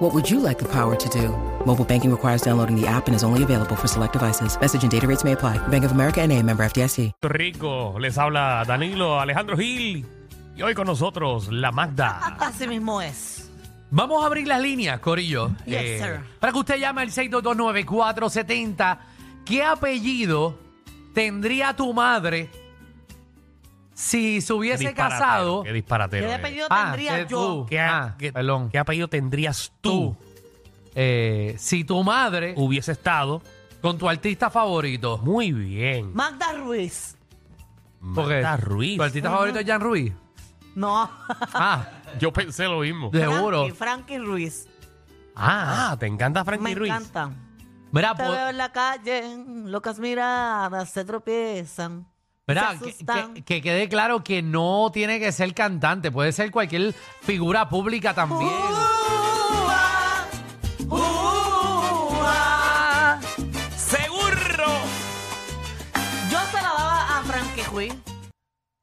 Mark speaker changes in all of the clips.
Speaker 1: What would you like the power to do? Mobile banking requires downloading the app and is only available for select devices. Message and data rates may apply. Bank of America and a member FDIC.
Speaker 2: Puerto Rico, les habla Danilo Alejandro Gil y hoy con nosotros la Magda.
Speaker 3: Así mismo es.
Speaker 4: Vamos a abrir las líneas, Corillo. Eh,
Speaker 3: Yes, sir.
Speaker 4: Para que usted llame al 6229470. ¿Qué apellido tendría tu madre si se
Speaker 2: Qué
Speaker 4: hubiese
Speaker 2: disparatero,
Speaker 4: casado?
Speaker 2: Qué disparatero.
Speaker 3: ¿Qué
Speaker 2: eh.
Speaker 3: apellido
Speaker 4: Ah,
Speaker 3: tendría
Speaker 4: que
Speaker 3: yo?
Speaker 4: tú.
Speaker 2: ¿Qué,
Speaker 4: Ah,
Speaker 2: qué-
Speaker 4: perdón.
Speaker 2: qué apellido tendrías tú, Uh.
Speaker 4: Tú. Eh, si tu madre
Speaker 2: hubiese estado?
Speaker 4: con tu artista favorito.
Speaker 2: Muy bien.
Speaker 3: Magda Ruiz.
Speaker 4: Porque
Speaker 2: Magda Ruiz.
Speaker 4: ¿Tu artista favorito es Jan Ruiz?
Speaker 3: No.
Speaker 4: Ah,
Speaker 2: Yo pensé lo mismo.
Speaker 4: seguro.
Speaker 3: Frankie, Frankie Ruiz.
Speaker 2: Ah, ¿te encanta Frankie
Speaker 3: Me
Speaker 2: Ruiz? Ah,
Speaker 3: encanta.
Speaker 4: Mira,
Speaker 3: Te
Speaker 4: po-
Speaker 3: veo en la calle, locas miradas se tropiezan.
Speaker 4: mira,
Speaker 3: se
Speaker 4: que,
Speaker 3: asustan.
Speaker 4: que- que quede claro que no tiene que ser cantante. Puede ser cualquier figura pública también.
Speaker 3: Oh. Uva, uva.
Speaker 2: ¡Seguro!
Speaker 3: Yo se la daba a Frankie Ruiz.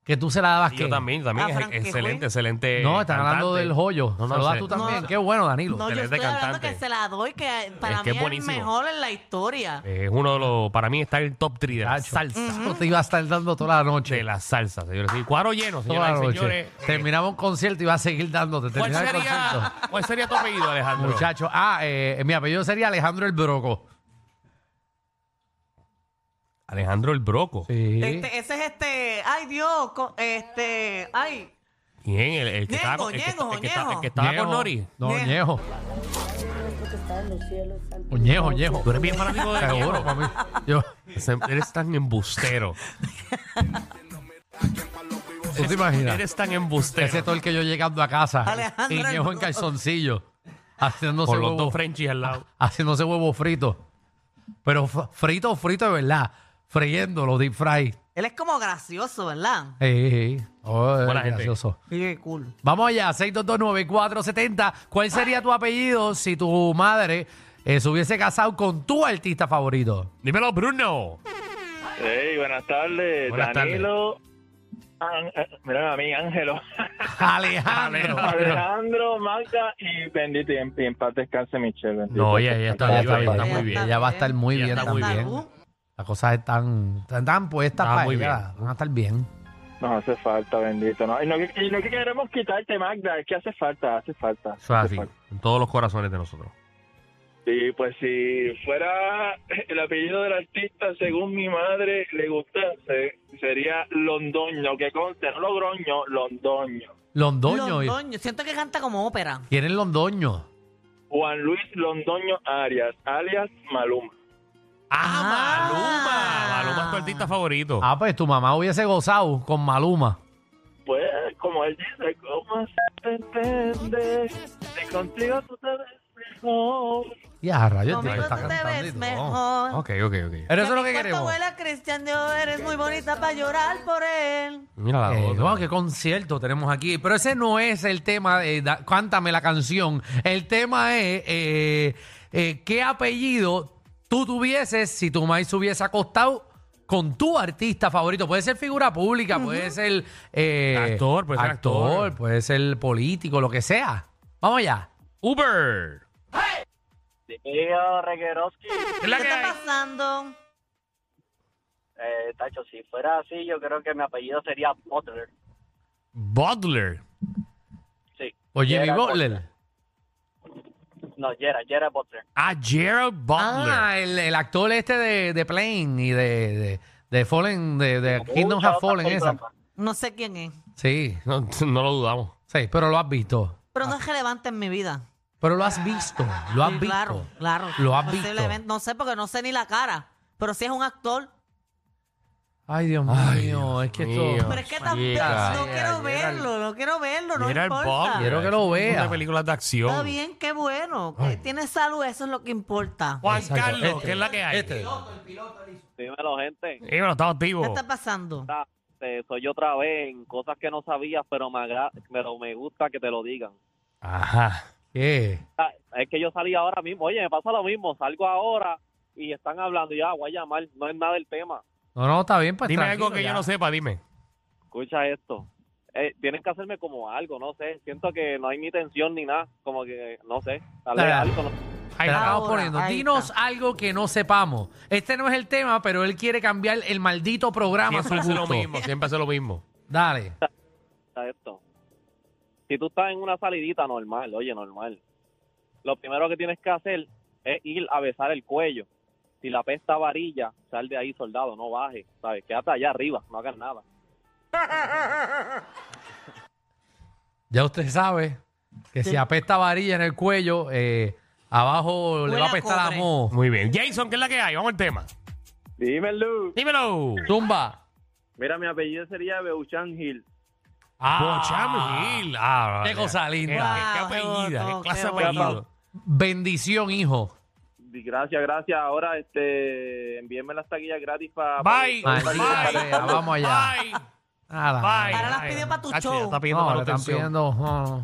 Speaker 4: Que tú se la dabas
Speaker 2: yo
Speaker 4: que.
Speaker 2: también,
Speaker 3: Ah,
Speaker 2: también.
Speaker 3: Frankie
Speaker 2: es- excelente,
Speaker 3: Ruiz.
Speaker 2: excelente.
Speaker 4: No, están
Speaker 2: cantante.
Speaker 4: hablando del joyo.
Speaker 2: No, no,
Speaker 4: se lo das
Speaker 2: se-
Speaker 4: tú también.
Speaker 3: no.
Speaker 4: Qué bueno, Danilo.
Speaker 3: No, yo
Speaker 2: Excelente
Speaker 3: estoy hablando
Speaker 2: cantante.
Speaker 3: que se la doy, que
Speaker 2: Es
Speaker 3: para
Speaker 2: que
Speaker 3: mí
Speaker 2: es
Speaker 3: es el
Speaker 2: buenísimo.
Speaker 3: mejor en la historia.
Speaker 2: Es uno de los, para mí está en el top 3 de la
Speaker 4: Tacho.
Speaker 2: salsa.
Speaker 3: Mm.
Speaker 4: Eso te iba a estar dando toda la noche.
Speaker 2: De la salsa, señores. Y cuadro lleno,
Speaker 4: toda
Speaker 2: señoras
Speaker 4: la
Speaker 2: y
Speaker 4: noche.
Speaker 2: señores. eh.
Speaker 4: Terminaba un concierto y iba a seguir dándote.
Speaker 2: ¿Cuál
Speaker 4: Terminaba el concierto.
Speaker 2: sería, ¿Cuál sería tu apellido, Alejandro?
Speaker 4: Muchacho. Ah, eh, mi apellido sería Alejandro el Broco.
Speaker 2: Alejandro el Broco.
Speaker 4: Sí.
Speaker 3: Este, ese es este, ay Dios, co- este, ay,
Speaker 2: ¿Quién? El, el que
Speaker 3: Ñengo,
Speaker 2: estaba, con- el que-
Speaker 3: Ñengo,
Speaker 2: el que estaba- el que
Speaker 3: Ñengo.
Speaker 2: estaba
Speaker 4: Ñejo.
Speaker 2: con Nori.
Speaker 4: No,
Speaker 3: Ñe-
Speaker 4: Ñejo. Ñejo, Ñejo.
Speaker 2: Tú eres bien fanático de
Speaker 4: Seguro,
Speaker 2: Ñejo.
Speaker 4: papi. Yo,
Speaker 2: Ese- Eres tan embustero.
Speaker 4: ¿Tú te imaginas?
Speaker 2: Eres tan
Speaker 4: Ese
Speaker 2: embustero.
Speaker 4: torque yo llegando a casa
Speaker 3: Alejandro
Speaker 4: y
Speaker 3: el
Speaker 4: Ñejo en
Speaker 3: Broco.
Speaker 4: calzoncillo haciéndose
Speaker 2: Con los
Speaker 4: huevo-
Speaker 2: dos Frenchies al lado.
Speaker 4: haciéndose huevos fritos. Pero f- frito, frito de verdad. Friéndolo, deep fry.
Speaker 3: él es como gracioso, ¿verdad?
Speaker 4: Ey, ey. Oh,
Speaker 2: Buena gente.
Speaker 4: gracioso.
Speaker 3: Sí, qué cool.
Speaker 4: Vamos allá, 6229470. ¿Cuál sería tu apellido si tu madre eh, se hubiese casado con tu artista favorito?
Speaker 2: Dímelo, Bruno.
Speaker 5: Hey, buenas tardes,
Speaker 2: Buenas
Speaker 5: Danilo. An- eh, mira a mí, Ángelo.
Speaker 2: Ah,
Speaker 4: Alejandro.
Speaker 5: Alejandro, Magda y bendito. Y en, y en paz descanse Michelle. bendito.
Speaker 2: No, ella, ella está, viva,
Speaker 4: Ya está,
Speaker 2: ella está
Speaker 4: padre.
Speaker 2: muy bien.
Speaker 4: Ella va a estar muy
Speaker 2: Ella
Speaker 4: bien
Speaker 2: está muy
Speaker 4: también.
Speaker 3: bien.
Speaker 4: Las cosas están, están, están puestas
Speaker 2: Está
Speaker 4: para
Speaker 2: muy
Speaker 4: ella.
Speaker 2: bien.
Speaker 4: Van a estar bien.
Speaker 5: Nos hace falta, bendito. No, y, no, que- y no que queremos quitarte, Magda, es que hace falta, hace falta.
Speaker 2: Eso es
Speaker 5: hace
Speaker 2: así.
Speaker 5: falta.
Speaker 2: En todos los corazones de nosotros.
Speaker 5: Sí, pues si fuera el apellido del artista, según mi madre le gustase, sería Londoño, que conste, no Logroño, Londoño.
Speaker 4: Londoño. ¿y-
Speaker 3: Londoño. Siento que canta como ópera.
Speaker 4: ¿Quién es Londoño?
Speaker 5: Juan Luis Londoño Arias, alias Maluma.
Speaker 2: ¡Ah, Maluma!
Speaker 3: Ah.
Speaker 2: Maluma es tu artista favorito.
Speaker 4: Ah, pues tu mamá hubiese gozado con Maluma.
Speaker 5: Pues, como él dice, ¿cómo se entiende? Si contigo tú te ves mejor.
Speaker 4: Y a rayos, el tipo
Speaker 3: Conmigo
Speaker 4: está
Speaker 3: tú te
Speaker 4: cantando y
Speaker 3: ves
Speaker 4: todo.
Speaker 3: mejor.
Speaker 2: Ok, ok, ok.
Speaker 4: Pero eso es lo
Speaker 3: mi
Speaker 4: que
Speaker 3: cuarto
Speaker 4: queremos.
Speaker 3: huele a Cristian Dior, eres muy bonita para llorar por él.
Speaker 2: Mira la
Speaker 4: Eh,
Speaker 2: otra.
Speaker 4: wow, qué concierto tenemos aquí. Pero ese no es el tema. eh, da- cántame la canción. El tema es eh, eh, qué apellido tú tuvieses si tu maíz se hubiese acostado con tu artista favorito. Puede ser figura pública, puede ser eh,
Speaker 2: Actor, puede ser actor.
Speaker 4: puede ser político, lo que sea. Vamos allá.
Speaker 2: Uber.
Speaker 5: Digo, Regueroski,
Speaker 2: ¿Qué es
Speaker 3: ¿Qué
Speaker 2: la que
Speaker 3: está
Speaker 2: hay?
Speaker 3: pasando?
Speaker 5: eh, Tacho, si fuera así, yo creo que mi apellido sería Butler.
Speaker 2: Butler.
Speaker 5: Sí.
Speaker 4: Oye, mi
Speaker 5: Gerard
Speaker 4: Butler.
Speaker 5: No, Gerard, Gerard Butler.
Speaker 2: Ah, Gerald Butler.
Speaker 4: Ah, el, el actor este de, de Plane y de, de, de Fallen, de, de Kingdom
Speaker 5: Muchas
Speaker 4: Has Fallen,
Speaker 5: otras
Speaker 4: esa.
Speaker 5: personas.
Speaker 3: No sé quién es,
Speaker 4: Sí,
Speaker 2: No, no lo dudamos.
Speaker 4: sí, pero lo has visto.
Speaker 3: pero
Speaker 2: Ah.
Speaker 3: no es relevante en mi vida.
Speaker 4: Pero lo has visto, lo has
Speaker 3: Sí,
Speaker 4: visto.
Speaker 3: Claro, claro.
Speaker 4: Lo has visto.
Speaker 3: Posiblemente, No sé porque no sé ni la cara, pero si es un actor.
Speaker 4: Ay, Dios mío,
Speaker 2: Ay, Dios
Speaker 4: es que
Speaker 2: mío.
Speaker 4: esto.
Speaker 3: Pero es que tampoco,
Speaker 2: Chica.
Speaker 3: no quiero
Speaker 4: Gerald.
Speaker 3: verlo, no quiero verlo, no
Speaker 2: Mira el Bob.
Speaker 3: importa.
Speaker 4: Quiero que lo vea.
Speaker 2: De películas de acción.
Speaker 3: Está bien, qué bueno. que Tienes salud, eso es lo que importa.
Speaker 2: Juan
Speaker 4: Exacto.
Speaker 2: Carlos,
Speaker 4: Este.
Speaker 2: ¿qué es la que hay?
Speaker 4: Este.
Speaker 6: Dímelo, gente.
Speaker 2: Eh, bueno, está activo.
Speaker 3: ¿Qué está pasando?
Speaker 6: Ta- te- soy yo otra vez en cosas que no sabías, pero me, agra- pero me gusta que te lo digan.
Speaker 2: Ajá.
Speaker 4: ¿Qué?
Speaker 6: Ta- Es que yo salí ahora mismo. Oye, me pasa lo mismo. Salgo ahora y están hablando. Ya, voy a llamar. No es nada del tema.
Speaker 4: No, no, está bien, pues.
Speaker 2: Dime
Speaker 4: tranquilo,
Speaker 2: algo que
Speaker 4: ya.
Speaker 2: yo no sepa, dime.
Speaker 6: Escucha esto. Eh, tienen que hacerme como algo, no sé. Siento que no hay ni tensión ni nada. Como que, no sé. Dale
Speaker 4: Dale.
Speaker 6: algo. no-
Speaker 4: Te
Speaker 2: Ay,
Speaker 4: la estamos
Speaker 3: Ahora,
Speaker 4: poniendo.
Speaker 3: ahí
Speaker 4: Dinos
Speaker 3: está.
Speaker 4: algo que no sepamos. Este no es el tema, pero él quiere cambiar el maldito programa. a su
Speaker 2: siempre hace lo
Speaker 4: gusto.
Speaker 2: mismo, siempre hace lo mismo.
Speaker 4: Dale.
Speaker 6: Escucha esto. Si tú estás en una salidita normal, oye, normal, lo primero que tienes que hacer es ir a besar el cuello. Si la pesta varilla, sal de ahí, soldado, no baje, ¿sabes? Quédate allá arriba, no hagas nada.
Speaker 4: Ya usted sabe que si apesta varilla en el cuello, eh, abajo le
Speaker 3: Huele
Speaker 4: va a
Speaker 3: a
Speaker 4: apestar a
Speaker 3: cobre.
Speaker 4: moho.
Speaker 2: Muy bien. Jason, ¿qué es la que hay? Vamos al tema.
Speaker 5: Dímelo.
Speaker 2: Dímelo.
Speaker 4: Tumba.
Speaker 5: Mira, mi apellido sería Beuchan Gil.
Speaker 2: Bocham Hill. Ah,
Speaker 4: Ah.
Speaker 2: vale.
Speaker 4: Qué cosa linda.
Speaker 2: Qué
Speaker 3: Wow, qué
Speaker 2: apellida, qué
Speaker 3: bonito,
Speaker 2: clase de
Speaker 3: qué bonito.
Speaker 2: apellido.
Speaker 4: Bendición, hijo.
Speaker 5: Gracias, gracias. Ahora, este, envíenme las taquillas gratis para...
Speaker 2: Bye.
Speaker 4: Maldita
Speaker 2: Bye.
Speaker 4: sea, vamos allá.
Speaker 2: Bye.
Speaker 4: Nada.
Speaker 2: Bye.
Speaker 3: Ahora las pidió pa' tu
Speaker 2: Tacho,
Speaker 3: show.
Speaker 2: ya Está pidiendo
Speaker 4: No, le están
Speaker 2: manutención.
Speaker 4: pidiendo. no, no.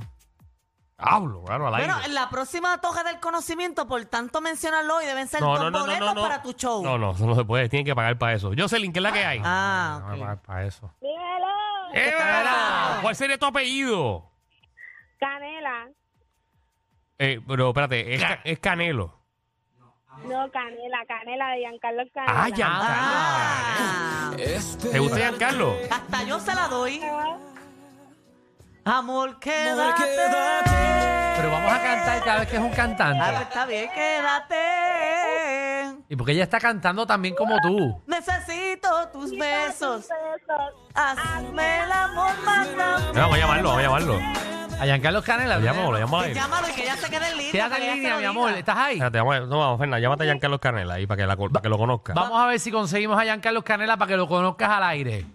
Speaker 2: Hablo, claro, al aire.
Speaker 3: Bueno, en la próxima toja del conocimiento, por tanto mencionarlo hoy, deben ser
Speaker 2: No,
Speaker 3: dos
Speaker 2: no, no, no,
Speaker 3: boletos
Speaker 2: no, no.
Speaker 3: para tu show.
Speaker 2: No, no, eso no se puede. Tienen que pagar para eso. Jocelyn, ¿qué es la que hay?
Speaker 3: Oh. Ah,
Speaker 4: No
Speaker 3: ok.
Speaker 4: me pagas para eso.
Speaker 7: Dímelo,
Speaker 2: ¡Eh,
Speaker 3: pasando?
Speaker 2: ¿Cuál sería tu apellido?
Speaker 7: Canela.
Speaker 2: Eh, pero espérate, es, Ca- es Canelo.
Speaker 7: No, Canela, Canela de Giancarlo Canela.
Speaker 2: Ah, Giancarlo.
Speaker 3: Ah,
Speaker 2: ¿Te gusta Giancarlo?
Speaker 3: hasta yo se la doy. Amor, quédate.
Speaker 4: Pero vamos a cantar cada vez que es un
Speaker 3: Ah, pues
Speaker 4: cantante.
Speaker 3: está bien, quédate.
Speaker 4: Y porque ella está cantando también como tú.
Speaker 3: Necesito tus besos.
Speaker 7: Besos.
Speaker 3: Hazme el amor más grande.
Speaker 2: Mira, voy a llamarlo, voy a llamarlo.
Speaker 4: A Giancarlo Canela.
Speaker 2: Lo llamo, lo llamo al aire.
Speaker 3: Llámalo y que ya se quede en línea.
Speaker 4: Quédate
Speaker 3: que ya
Speaker 4: en
Speaker 3: se
Speaker 4: línea,
Speaker 3: lo
Speaker 4: mi
Speaker 3: diga.
Speaker 4: amor. ¿Estás ahí?
Speaker 2: Espérate, vamos, a- no, vamos, Fernández, llámate a Giancarlo Canela ahí para que, la, co- para que lo conozca.
Speaker 4: Vamos a ver si conseguimos a Giancarlo Canela para que lo conozcas al aire.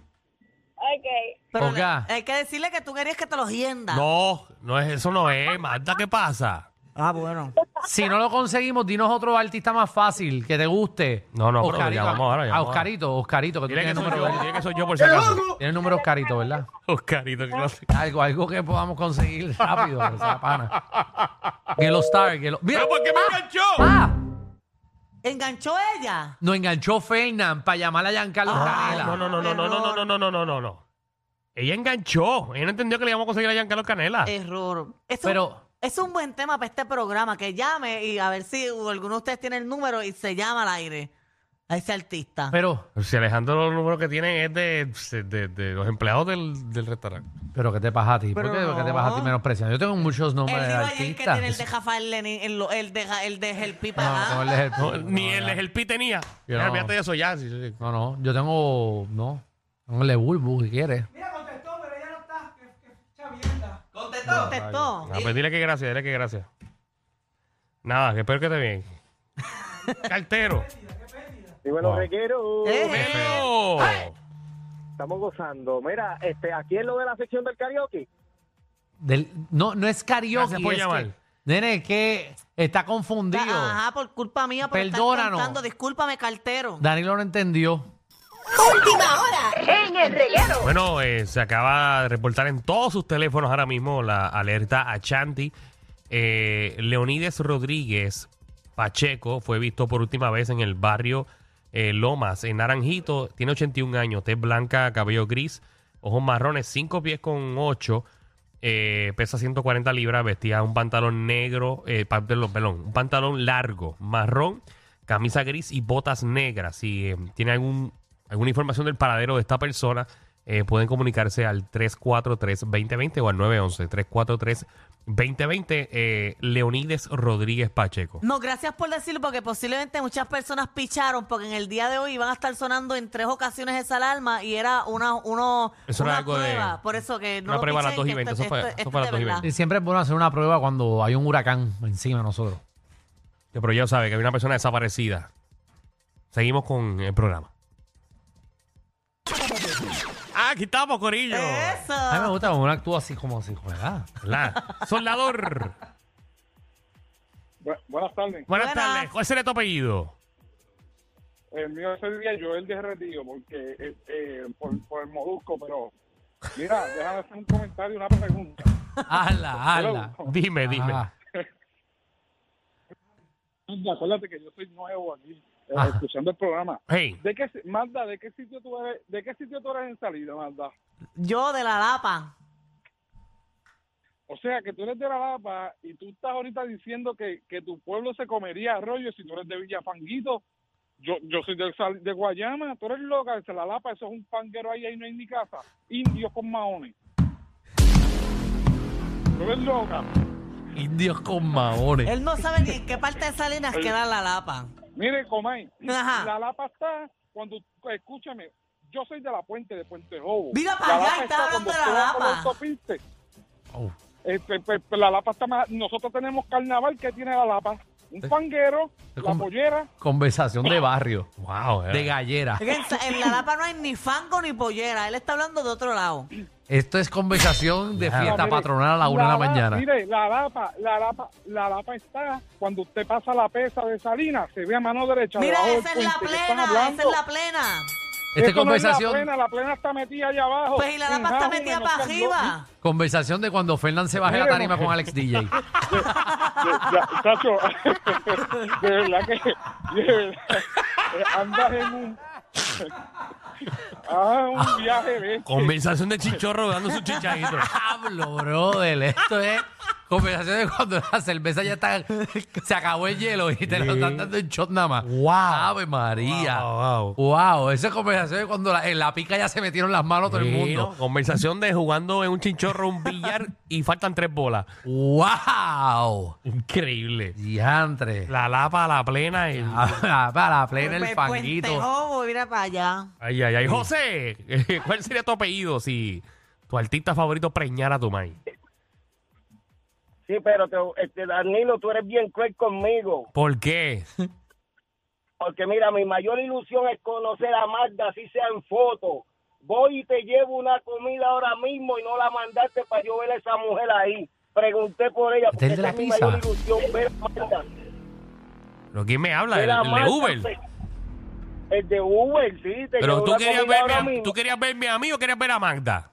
Speaker 7: Ok.
Speaker 3: Pero le-
Speaker 4: Olga.
Speaker 3: hay que decirle que tú querías que te los hienda.
Speaker 2: No, no es, eso no es. Marta, ¿qué pasa?
Speaker 3: Ah, bueno.
Speaker 4: Si no lo conseguimos, dinos otro artista más fácil que te guste.
Speaker 2: No, no, pero
Speaker 4: Oscarito.
Speaker 2: ya vamos ahora, ya
Speaker 4: a
Speaker 2: vamos
Speaker 4: Oscarito, Oscarito, que tú
Speaker 2: Dile
Speaker 4: tienes
Speaker 2: que,
Speaker 4: el
Speaker 2: soy
Speaker 4: número
Speaker 2: yo,
Speaker 4: de-
Speaker 2: dile que soy yo por si acaso.
Speaker 4: tienes el número de Oscarito, ¿verdad?
Speaker 2: Oscarito, qué clase.
Speaker 4: Algo, algo que podamos conseguir rápido, esa pana. Que los Star, que lo- ¡Mira!
Speaker 2: ¿Pero por qué me enganchó?
Speaker 4: ¡Ah!
Speaker 3: ¿Enganchó ella?
Speaker 4: Nos enganchó Fernan para llamar a Giancarlo
Speaker 3: Ah,
Speaker 4: Canela.
Speaker 2: Ah, No, no, no, no, no, no, no, no, no, no, no, no. Ella enganchó. Ella no entendió que le íbamos a conseguir a Giancarlo Canela.
Speaker 3: Error. Es un,
Speaker 4: Ah. Pero-
Speaker 3: es un buen tema para este programa, que llame y a ver si alguno de ustedes tiene el número y se llama al aire a ese artista.
Speaker 4: Pero,
Speaker 2: Si Alejandro los números que tiene es de, de- de los empleados del, del restaurante.
Speaker 4: pero ¿qué te pasa a ti? ¿Por
Speaker 3: Pero
Speaker 4: qué, ¿Qué te
Speaker 3: no.
Speaker 4: pasa a ti menospreciando? Yo tengo muchos nombres
Speaker 3: Él
Speaker 4: de
Speaker 3: dijo ayer que
Speaker 4: artistas.
Speaker 3: tiene el de Rafael Lenin, el, lo- el de, Ja- el de Ah, Helpi
Speaker 4: No, no, él es el-
Speaker 2: Ah. No,
Speaker 4: no,
Speaker 2: ni
Speaker 4: no,
Speaker 2: el el pi tenía.
Speaker 4: Yo
Speaker 2: Ya,
Speaker 4: no.
Speaker 2: olvídate de eso ya. sí, sí, sí.
Speaker 4: No, no, yo tengo. No. Tengo el de Bulbu, si quieres.
Speaker 3: Contestó.
Speaker 2: Ah, pues dile que gracias, dile que gracias. Nada, que espero que esté bien. Cartero.
Speaker 8: Dímelo,
Speaker 2: Wow.
Speaker 8: reguero.
Speaker 3: Eh,
Speaker 2: Pero-
Speaker 8: Estamos gozando. Mira, este, aquí es lo de la sección del karaoke.
Speaker 4: Del- no, no es karaoke.
Speaker 2: Gracias por
Speaker 4: es
Speaker 2: llamar.
Speaker 4: que- nene, es que está confundido.
Speaker 3: Ajá, por culpa mía, por estar
Speaker 4: Perdónanos.
Speaker 3: cantando. Discúlpame, cartero.
Speaker 4: Danilo no entendió.
Speaker 2: Bueno, eh, se acaba de reportar en todos sus teléfonos ahora mismo la alerta a Chanti. Eh, Leonides Rodríguez Pacheco fue visto por última vez en el barrio eh, Lomas, en Naranjito. Tiene 81 años, tez blanca, cabello gris, ojos marrones, 5 pies con 8. eh, pesa 140 libras, vestía un pantalón negro, eh, pantalón, perdón, un pantalón largo, marrón, camisa gris y botas negras. Si eh, tiene algún, alguna información del paradero de esta persona, eh, pueden comunicarse al 343-2020 o al 911. 343-2020, eh, Leonides Rodríguez Pacheco.
Speaker 3: No, gracias por decirlo porque posiblemente muchas personas picharon porque en el día de hoy iban a estar sonando en tres ocasiones esa alarma y era una, uno,
Speaker 2: Eso era
Speaker 3: una
Speaker 2: algo de-
Speaker 3: prueba. Por eso que no
Speaker 2: una
Speaker 3: lo
Speaker 2: prueba a las 2
Speaker 3: pichen,
Speaker 2: y
Speaker 3: que
Speaker 2: 20,
Speaker 3: esto-
Speaker 2: eso fue-
Speaker 3: esto-
Speaker 2: eso
Speaker 3: esto
Speaker 2: fue a las
Speaker 3: es
Speaker 2: 2 y
Speaker 3: de verdad.
Speaker 2: 20.
Speaker 4: Y siempre es bueno hacer una prueba cuando hay un huracán encima de nosotros.
Speaker 2: Pero ya sabe que hay una persona desaparecida. Seguimos con el programa. Ah, aquí estamos, Corillo.
Speaker 4: A mí me
Speaker 3: Eso.
Speaker 4: gusta cuando uno actúa así como si juega.
Speaker 2: ¿Verdad? Soldador.
Speaker 8: buenas
Speaker 2: Buenas
Speaker 8: tardes.
Speaker 3: Buenas.
Speaker 2: tardes. ¿Cuál sería tu apellido?
Speaker 8: El mío sería Joel de Retiro, porque eh, eh, por, por el molusco, pero mira, déjame hacer un comentario, una pregunta.
Speaker 4: ah. Hazla, hazla.
Speaker 2: Dime,
Speaker 8: eh,
Speaker 2: dime.
Speaker 4: Ah,
Speaker 8: Magda, Acuérdate que yo soy nuevo aquí, eh,
Speaker 4: Ajá.
Speaker 8: escuchando el programa.
Speaker 2: Hey,
Speaker 8: ¿De qué, si- Magda, ¿de qué sitio tú eres, de qué sitio tú eres en salida, Magda?
Speaker 3: Yo de la Lapa.
Speaker 8: O sea, que tú eres de La Lapa y tú estás ahorita diciendo que, que tu pueblo se comería arroyo si tú eres de Villafanguito. Yo, yo soy del Sal- de Guayama, tú eres loca, de La Lapa, eso es un panguero ahí, ahí no hay ni casa. Indios con maones. Tú eres loca.
Speaker 4: Indios con maones.
Speaker 3: Él no sabe ni en qué parte de Salinas queda la Lapa.
Speaker 8: Mire, Comay,
Speaker 3: Ajá.
Speaker 8: La Lapa está cuando, escúchame, yo soy de la Puente, de Puente Jobo.
Speaker 3: Mira
Speaker 8: La
Speaker 3: para allá,
Speaker 8: Lapa
Speaker 3: está hablando
Speaker 8: cuando
Speaker 3: de La
Speaker 8: tú vas por
Speaker 3: Lapa.
Speaker 8: autopista.
Speaker 4: Oh.
Speaker 8: Este, pues, pues, la Lapa está más, nosotros tenemos carnaval, que tiene La Lapa? Un panguero,
Speaker 4: Eh, Es
Speaker 8: la
Speaker 4: como-
Speaker 8: pollera.
Speaker 4: Conversación de barrio.
Speaker 2: Wow, eh.
Speaker 4: De gallera.
Speaker 3: Es que en, Sa- en la Lapa no hay ni fango ni pollera. Él está hablando de otro lado.
Speaker 4: Esto es conversación de
Speaker 2: Ya.
Speaker 8: Mira,
Speaker 4: fiesta
Speaker 8: mire,
Speaker 4: patronal a la una de la
Speaker 8: Lapa-
Speaker 4: mañana.
Speaker 8: Mire, la lapa, la lapa, la lapa está cuando usted pasa la pesa de Salinas, se ve a mano derecha.
Speaker 3: Mira,
Speaker 8: debajo del
Speaker 3: esa es la
Speaker 8: puente que están
Speaker 3: plena,
Speaker 8: hablando.
Speaker 3: esa es la plena.
Speaker 4: Esta
Speaker 8: Esto
Speaker 4: es
Speaker 8: no es
Speaker 4: conversación,
Speaker 8: la plena, la plena está metida allá abajo.
Speaker 3: Pues y la
Speaker 8: En
Speaker 3: Lapa está
Speaker 8: Jaume,
Speaker 3: metida
Speaker 8: no
Speaker 3: para
Speaker 8: sean locos.
Speaker 3: arriba.
Speaker 4: conversación de cuando Fernán se baja de la
Speaker 8: Mire,
Speaker 4: tarima
Speaker 8: mujer.
Speaker 4: con Alex DJ.
Speaker 8: Ya, ya, Chacho, de verdad que de verdad, eh, andas en un, ah, un viaje de este.
Speaker 2: Conversación de chichorro dando su chichadito.
Speaker 4: Pablo, brother, esto es conversación de cuando la cerveza ya está, se acabó el hielo y te lo están dando en shot nada más.
Speaker 2: Wow.
Speaker 4: Ave María.
Speaker 2: Wow, wow.
Speaker 4: Wow, esa es conversación de cuando la- en la pica ya se metieron las manos todo el mundo.
Speaker 2: Conversación de jugando en un chinchorro, un billar y faltan tres bolas.
Speaker 4: Wow.
Speaker 2: Increíble.
Speaker 4: Diantre.
Speaker 2: La lapa, la plena. El...
Speaker 4: Para la plena el
Speaker 3: Pues, Puente
Speaker 4: fanguito.
Speaker 3: Jobo, mira para allá.
Speaker 2: Ay, ay, ay. José, ¿cuál sería tu apellido si tu artista favorito preñara a tu maíz?
Speaker 6: Sí, pero te- este, Danilo, tú eres bien cruel conmigo.
Speaker 2: ¿Por qué?
Speaker 6: Porque mira, mi mayor ilusión es conocer a Magda, así sea en foto. Voy y te llevo una comida ahora mismo y no la mandaste para yo ver a esa mujer ahí. Pregunté por ella.
Speaker 4: Este es el de
Speaker 6: porque
Speaker 4: la
Speaker 6: esa es
Speaker 4: pizza.
Speaker 6: mi mayor ilusión ver a Magda.
Speaker 2: ¿Pero quién me habla? ¿El,
Speaker 6: Ver a
Speaker 2: el de
Speaker 6: Magda,
Speaker 2: Uber?
Speaker 6: pues, El de Uber, sí. Te llevo
Speaker 2: Pero tú
Speaker 6: una
Speaker 2: querías,
Speaker 6: comida
Speaker 2: verme
Speaker 6: ahora
Speaker 2: a,
Speaker 6: mismo.
Speaker 2: tú querías verme a mí o querías ver a Magda.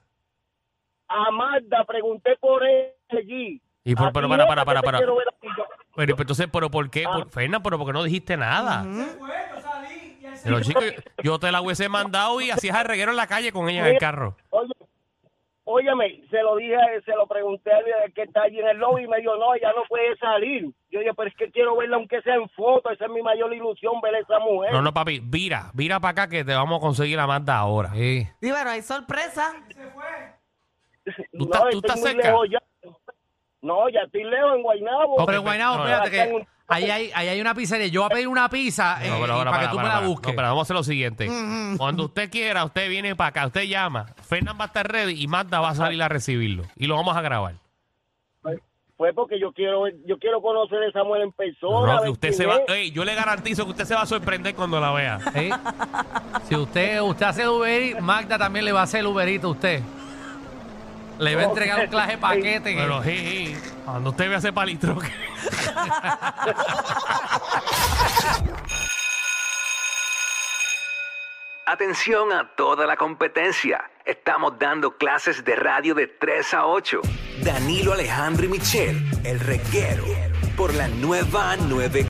Speaker 6: A Magda, pregunté por ella allí.
Speaker 2: Y por-
Speaker 8: Ah,
Speaker 6: A
Speaker 2: pero
Speaker 6: ti
Speaker 2: para,
Speaker 6: es
Speaker 2: para,
Speaker 6: que
Speaker 2: para,
Speaker 6: te
Speaker 2: para.
Speaker 6: quiero ver a ti.
Speaker 2: Pero pero entonces, ¿pero por qué?
Speaker 4: Ah.
Speaker 2: Por, Fernan, pero porque no dijiste nada. Pero chico, yo, yo te la hubiese mandado y hacías el reguero en la calle con ella en el carro.
Speaker 6: Oye, óyeme, se lo dije, a él, se lo pregunté a él que está allí en el lobby y me dijo, no, ella no puede salir. Yo dije, pero es que quiero verla aunque sea en foto, esa es mi mayor ilusión, ver a esa mujer.
Speaker 2: No, no, papi, vira, vira para acá que te vamos a conseguir la Magda ahora.
Speaker 4: Sí.
Speaker 3: Y bueno, hay sorpresa.
Speaker 2: ¿Tú
Speaker 6: No,
Speaker 2: estás- tú
Speaker 6: estoy
Speaker 2: estás
Speaker 6: muy
Speaker 2: cerca?
Speaker 6: lejos ya. No, ya estoy lejos en Guaynabo.
Speaker 2: Ok,
Speaker 4: Pero Guaynabo,
Speaker 2: pues, no,
Speaker 4: espérate
Speaker 6: no, no.
Speaker 4: que ahí hay, ahí hay una pizzería. Yo voy a pedir una pizza eh,
Speaker 2: No, pero
Speaker 4: y
Speaker 2: ahora,
Speaker 4: para, que tú me la
Speaker 2: para.
Speaker 4: busques.
Speaker 2: No, pero vamos a hacer lo
Speaker 6: Mm,
Speaker 2: siguiente. Cuando usted quiera, usted viene para acá, usted llama. Fernan va a estar ready y Magda va a salir a recibirlo. Y lo vamos a grabar.
Speaker 6: Fue pues porque yo quiero ver- yo quiero conocer a esa mujer en persona.
Speaker 2: No,
Speaker 6: ver
Speaker 2: que usted
Speaker 6: quién
Speaker 2: se va.
Speaker 6: es.
Speaker 2: Ey, yo le garantizo que usted se va a sorprender cuando la vea.
Speaker 4: Sí. Si usted, usted hace el Uber Eats, Magda también le va a hacer el Uber Eats a usted. Le va a entregar un clase de paquete. en el-
Speaker 2: Pero sí, sí, cuando usted vea ese palistro que-
Speaker 9: Atención a toda la competencia. Estamos dando clases de radio de 3 a 8. Danilo Alejandro y Michel, el reguero, por la nueva 9.